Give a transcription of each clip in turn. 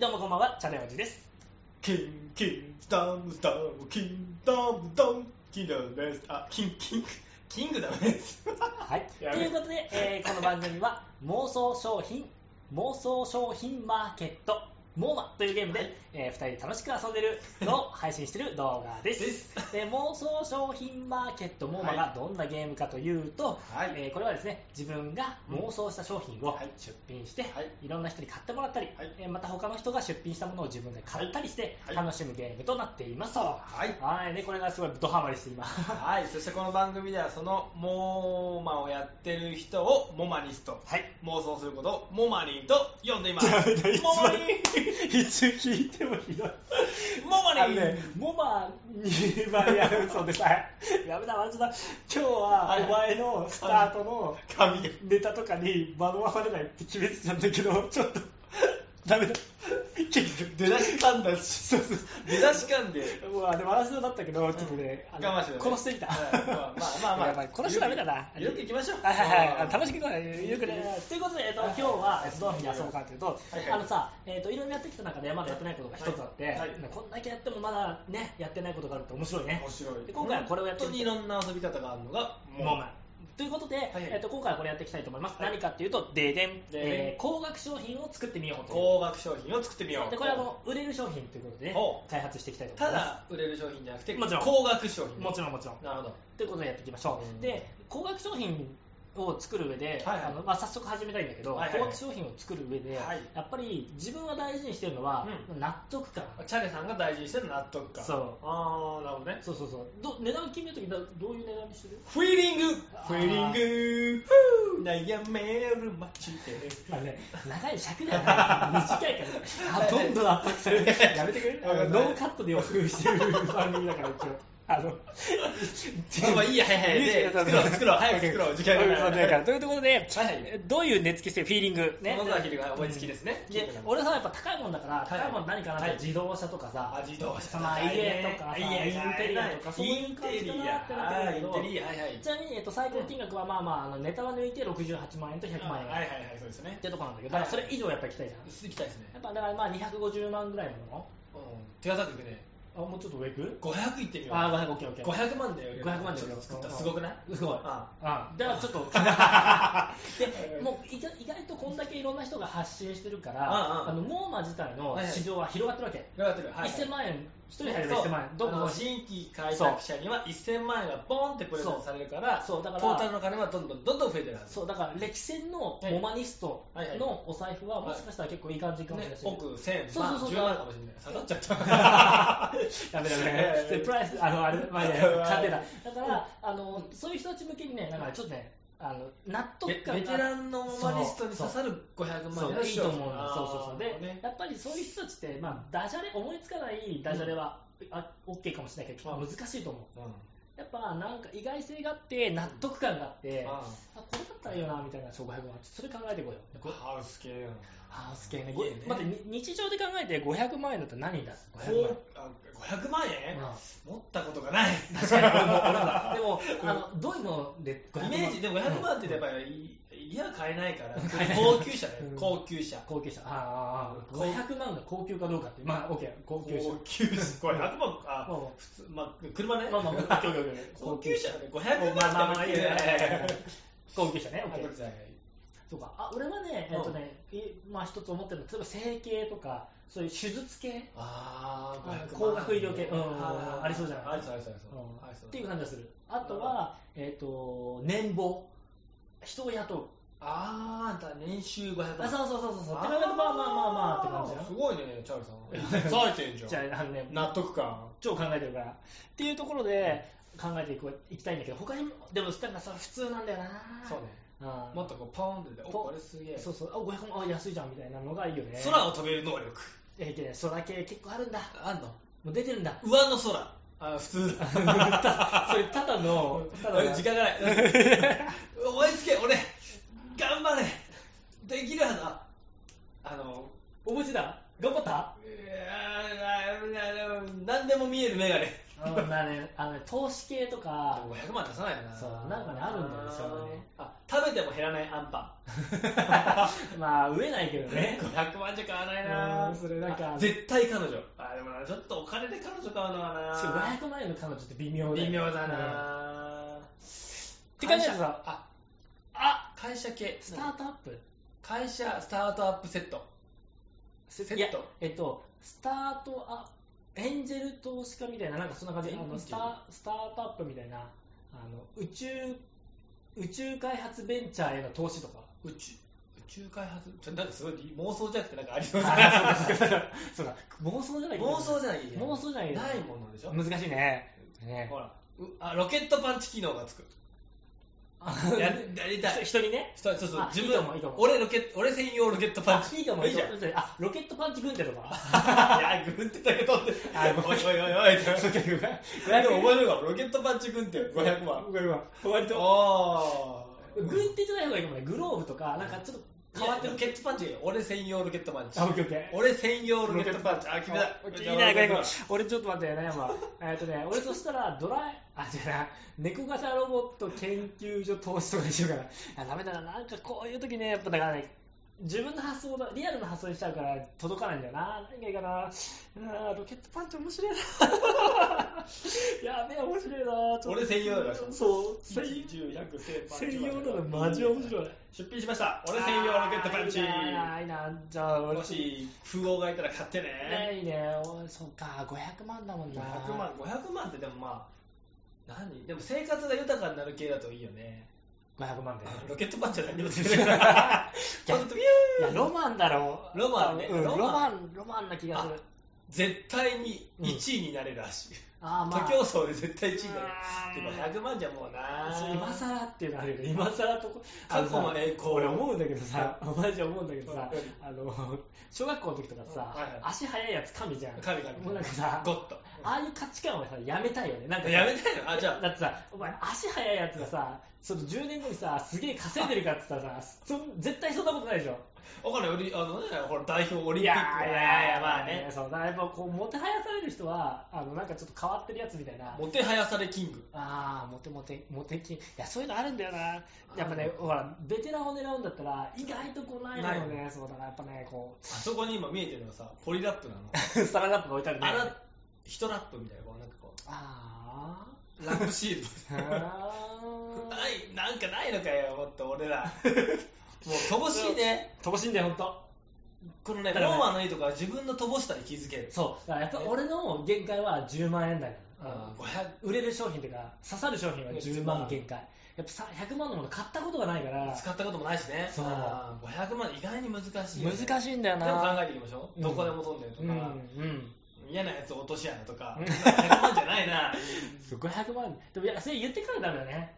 どうもこんばんは、チャネオジです。キンキンスタムスタムキンダムダムキンダムですあキンキンキングダムですはい、とやべいうことで、えーこの番組は妄想商品、妄想商品マーケット、モーマというゲームで、え2人で楽しく遊んでるのを配信してる動画です。ですで妄想商品マーケットモーマがどんなゲームかというと、はいえーこれはですね自分が妄想した商品をはい出品して、はいい、ろんな人に買ってもらったり、はいえーまた他の人が出品したものを自分で買ったりしてはいはい楽しむゲームとなっていますとはいはいねこれがすごいドハマりしていますはいそしてこの番組ではそのモーマをやってる人をモマニストはい妄想することをモマニンと呼んでいますいモマやいやいつまでニンいつ聞いてもひどい。モマあニのン、ね、モマにまやるそうでさ、やめだ、悪だ。今日ははいお前のスタートの神がネタとかに惑わされないって決めてたんだけど、ちょっと、ダメだ。結局、出だし噛んだしそうそう。出だし噛んでもうあれ、笑いそうだったけど、ちょっとね、あの我慢して殺してきた。はいまあまあまあやばい殺しちゃダメだな。よく行きましょうはいはいはいあ、楽ししくないよくね。ということで、えっと、はい今日はどのふうに遊ぶかというといはい、あのさ、えっと、いろいろやってきた中で、まだやってないことが一つあってはいはい、こんだけやってもまだね、やってないことがあるって面白いね面。白いで今回はこれをやってみ本当にいろんな遊び方があるのがモもマうまいということで、はいえっと、今回はこれやっていきたいと思います。はい何かっていうと、ででん、えーで高額商品を作ってみようという。高額商品を作ってみようで、これはあの、売れる商品ということでねほ、う開発していきたいと思たいまだ売れる商品じゃなくてもちろん高額商品す。もちろんもちろん。なるほどということでやっていきましょうんう。で、高額商品を作る上で、はいはいあのまあ、早速始めたいんだけど、はいはい高額商品を作る上で、はいやっぱり自分は大事にしてるのは、納得感。チャレさんが大事にしてる納得感そうああなるほどねそうそうそう。ど値段決めるとき、どどういう値段にしてるフィーリングフあーィーリングふう悩める街でまあね、長い尺ではない短いから、あどんどん圧迫される。やめてくれるわかんないノーカットで予封してる番組だから、一応。あの、まあいいや早いいいでや作ろう作ろう早く作ろう時間そういうこがとなだいかからというところではい、どういう値付けしてるフィーリング、ねら、その時が思いつきですねで俺さやっぱ高いもんだから高いもん何かなって、はい自動車とかさあ自動車まあ高い家ねとかさいやいイやンテリアとかそうイいうンテ感じかリなアってなってるんだあけどーインテリアはいはいちなみに、えっと、最高金額はまあまああのネタは抜いて68万円と100万円はいはいはいそうですねってとこなんだけど、まあそれ以上やっぱりきたいじゃんや行きたいですねっぱだからまあ250万ぐらいのもうん手堅くいくねのあもうちょっと上いく500いってみようああ5 0 0 OK 500万で500万でちょっと作ったすごくないすごいああだからちょっと でもう意外意外とこんだけいろんな人が発信してるからあああのモーマ自体のはいはい市場は広がってるわけ、よかったよはい1000万円一人入れば1000万円どどんどんのどん新規開拓者には1000万円がボーンってプレゼントされるからそうだからトータルの金はどんどんどんどん増えてるはずそうだから歴戦のモマニストはいはいのお財布はもしかしたら結構いい感じかもしれなねい、億1000そう万そうそう10万かもしれない下がっちゃったダメダメええでプライスあのあれまあいい やうわ勝手だだからあのそういう人たち向けにねなんかちょっとねあの納得ベ感ベテがランのマリストに刺さる500そ万円うのいい商と品思うのそうそうそうで、ねやっぱりそういう人たちって、まあ、ダジャレ思いつかないダジャレは、あ OK かもしれないけど、うん難しいと思ううんやっぱなんか意外性があって納得感があって、ああこれだったらいいよなみたいな障害もあってそれ考えていこうよあハウス系やんハウス系ねいいごね待ってに日常で考えて500万円だったら何に出すこ500万うあ500万円円、うん持ったことがない確かに俺も俺も だでもあのどういうのでイ500万メージでも500万って言ってやっぱり家は買えないから買えない高級車だうよん高級車高級車あーあーあー500万が高級かどうかってまあ OK 高級車高級車500万まああまあ普通まあ車ねまあまあ OK OK OK 高級車でま500あまあ万まあいいね高級車ね OK そうかあ俺はねえっとねいまあ一つ思ってるのは例えば整形とかそういう手術系あああの高額医療系うんありそうじゃないありそうありそうありそううんありそうっていう感じがするあとはえっと年俸人を雇うあーあんた年収500万あそうそうそうそうそうあっーて考えるとまあまあまあまあって感じだなすごいねチャール さん冴えてんじじゃんゃああのね納得感超考えてるからっていうところで考えていくいきたいんだけど他にもでもなんかさ普通なんだよなそうねあーもっとこうポーンってポンおこれすげえそうそうあ500万あ安いじゃんみたいなのがいいよね空を飛べる能力えーけどね空系結構あるんだあんのもう出てるんだ 上の空あ普通だそれただのただの時間がないうん思いつけ俺頑張れできるはずああのお持ちだ頑張ったうわーななななんでも見える眼鏡あうんまあね、あのね投資系と か、 500万出さないよなそうなんかねあるんだよねそういうのねあ食べても減らないあんパまあ、飢えないけどンね。ね500万じゃ買わないなうんそれなんかあ絶対彼女あでもなちょっとお金で彼女買うのはなしかも500万円の彼女って微妙だよ微妙だうんな、てかね会社ああ会社系スタートアップ会社スタートアップセットセいやットえっと、スタートアエンジェル投資家みたいな、なんかそんな感じで、あエンジェのルスタスタートアップみたいな、あの宇宙宇宙開発ベンチャーへの投資とか。宇宙宇宙開発ちょなんかすごい妄想じゃなくてなんかあり そうだなあそうかそうかそうか妄想じゃないけど妄想じゃない妄想じゃないけどないものでしょ、難しいね。ねほらうあロケットパンチ機能がつくややりたい人にね。そうそうそうあ自いいと分思ういいと思う俺ロケット俺専用ロケットパンあチいいと思う。いいじゃんいいと思うあ、ロケットパンチ軍手とか。いや、軍手だけ取って。あごおめいんおいおいおいって。円でも、お前のがロケットパンチ軍手500万。これは割と。あー。軍手じゃない方がいいかもね。グローブとか、なんかちょっと変変わわっっててるロ。ケットパンチ。俺専用ロケットパンチあ、。オッケーオッケー。俺専用ロケットパンチ。あ、決めあた。いいね、これこれ俺ちょっと待ってね、山。えっとね、俺としたら、ドライ、あ、違うな、猫型ロボット研究所投資とかにしようかな。あ、ダメだな、なんかこういう時ね、やっぱだからね、自分の発想だ、リアルな発想にしちゃうから届かないんだよな。何がいいかな。うんロケットパンチ面白いな。やべえ、面白いな。ちょっ俺専用だから。とそう、専専用100、1000パンチ専用なのマジ面白い。出品しました。俺専用ロケットパンチあ。ーいいな、いいな、じゃあ、俺もし、富豪がいたら買ってね。ねいいね、おそっか、500万だもんな。 500万、500万ってでもまあ、何でも生活が豊かになる系だといい よね。 500万で。 ロケットパンチは何にもついてないから。いやほんとビいューや、ロマンだろ。ロマンねうんロロママン、ロマンな気がする。絶対に1位になれるらしい。あーまあ。徒競走で絶対1位になる。でもうーん100万じゃもうなそう今更っていうのあるよね。今更とこ。過去の栄光俺思うんだけどさ、マジで思うんだけどさうん、あの、小学校の時とかさはいはい、足速いやつ神じゃん。神々もうなんかさ、ゴッド。ああいう価値観をさ、やめたいよね。なんかやめたいのあ、じゃだってさ、お前足速いやつがさ、その10年後にさ、すげえ稼いでるかって言ったらさ、そん絶対そんなことないでしょ。あ、わかんない。俺あのね、ほら、代表オリンいピッやク。いやいや、ままああねね。。そうだからやっぱこう、もてはやされる人は、あの、なんかちょっと変わってるやつみたいな。もてはやされキング。ああ、モテモテ、モテキン。いや、そういうのあるんだよな。やっぱね、ほら、ベテランを狙うんだったら、意外とこうないのよね。そうだ から、やっぱね、こあそこに今見えてるのがさ、ポリラッ プなの。う、サラダップが置いてあるね。あら、ヒトラップみたいな、こうなんかこあう、ラップシール ーあー。ド。ない、なんかないのかよ、もっと 俺ら。もう、乏しいね。乏しいんだよ、ほんと。このね、だロからねーマのいいとこは自分の乏しさに気づける。そう。だからやっぱ俺の限界は10万円台なの。あ500売れる商品とか、刺さる商品は10万限界。やっぱさ100万のもの買ったことがないから、使ったこともないしね。そうあー500万、意外に難しいよね、難しいんだよな。でも考えていきましょうう。んどこでも飛んでるとうん、うか、ん。嫌なやつ落とし穴とか、うん100万じゃな いな。そう500万でもいやそれ言ってからダメだね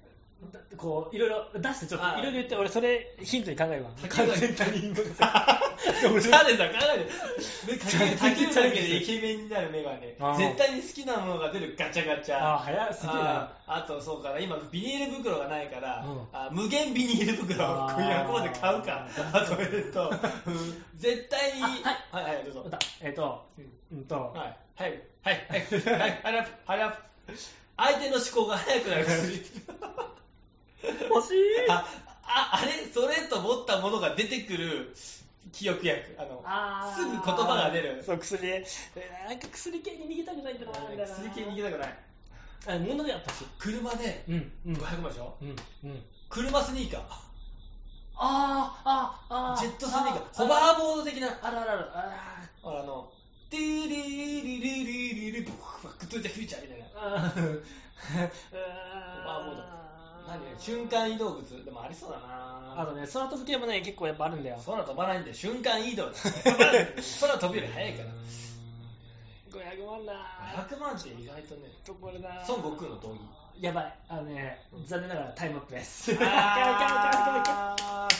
だってこういろいろ出してちょっといああろいろ言って俺それヒントに考えるわ竹完内全に他 人事誰だ、誰だ。竹内だけでイきケメンになるメガネあー。絶対に好きなものが出るガチャガチああャ。早いすげえなあーあとそうかな今ビニール袋がないから、うんあー無限ビニール袋をあー100まで買うかあとえっとうん絶対にあはいはいどうぞまたえっ、とうんと、はい、はい、はい、はい、はい、ハリアップ、ハリアップ。相手の思考が速くなる薬。欲しいあ、あ、あれ、それと思ったものが出てくる記憶薬。あの、あーすぐ言葉が出る。そう薬えーなんか薬系に逃げたくないんだなみたいな薬系に行けたくない。あ物でやったし車でうんうん500万でしょうんうん車スニーカああああー。ジェットスニーカー。ホバーボード的な。あるあるあるあほら、あの、ティーリーリリリリリブクブクトゥージャフューチャーみたいな。ああバーボー何瞬間移動物でもありそうだなあとね、空飛ぶ系もね、結構やっぱあるん だよ。空飛ばないんで瞬間移動だ、ね、空飛ぶより早いから500万だ500万って意外とねー。ところだー。孫悟空の道やばい。あのね、残念ながらタイムアップです。着キャラキャラキャラキャラあー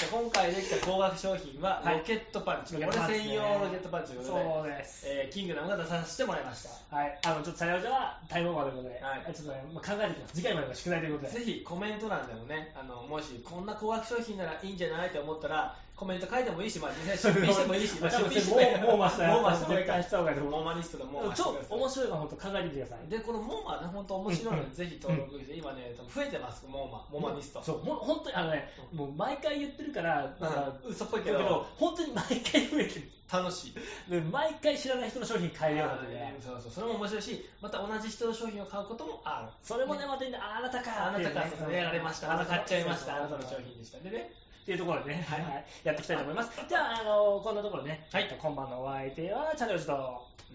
じゃあ今回できた高額商品ははいロケットパ ンチ、ロケッ俺トパンチね専用ロケットパンチということで、そうです。えーキングダムが出させてもらいましたはい。あの、ちょっと最後じゃタイムオーバーということで、はいちょっとね、まあ、考えてきます。次回までの宿題ということで。ぜひコメント欄でもねあのもしこんな高額商品ならいいんじゃないと思ったらコメント書いてもいいし、まあ、実際出品してもいいし、まあ、出品してもいもいう、もうマスター、もうマスターこれ絶か対した方がいいと思モう。ーマニストだ、モーマニス超トだ。面白いから、本当、考えてみてください。で、このモーマね、本当面白いのうんで、ぜひ登録して、今ね、多分増えてます、モーマ、モーマニスト。そう、ほん本当に、あのね、もう毎回言ってるから、ままああ、嘘っぽいだけけどど、、本当に毎回増えてる。楽しい。で毎回知らない人の商品買えるようになってあねー。そうそう、それも面白いし、また同じ人の商品を買うこともある。それもね、またいいんだああなたかあなたからっていうねやられました、あなた買っちゃいました、あそうそなたうのそう商品でした。でね、っていうところでね、はいはい、やっていきたいと思います。じゃあ、あのこんなところでね、はい今晩のお相手は、チャンネルちょっ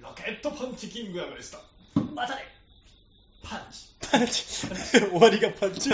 ロケットパンチキングダムでした。と、またねパンチ。パンチ終わりがパンチ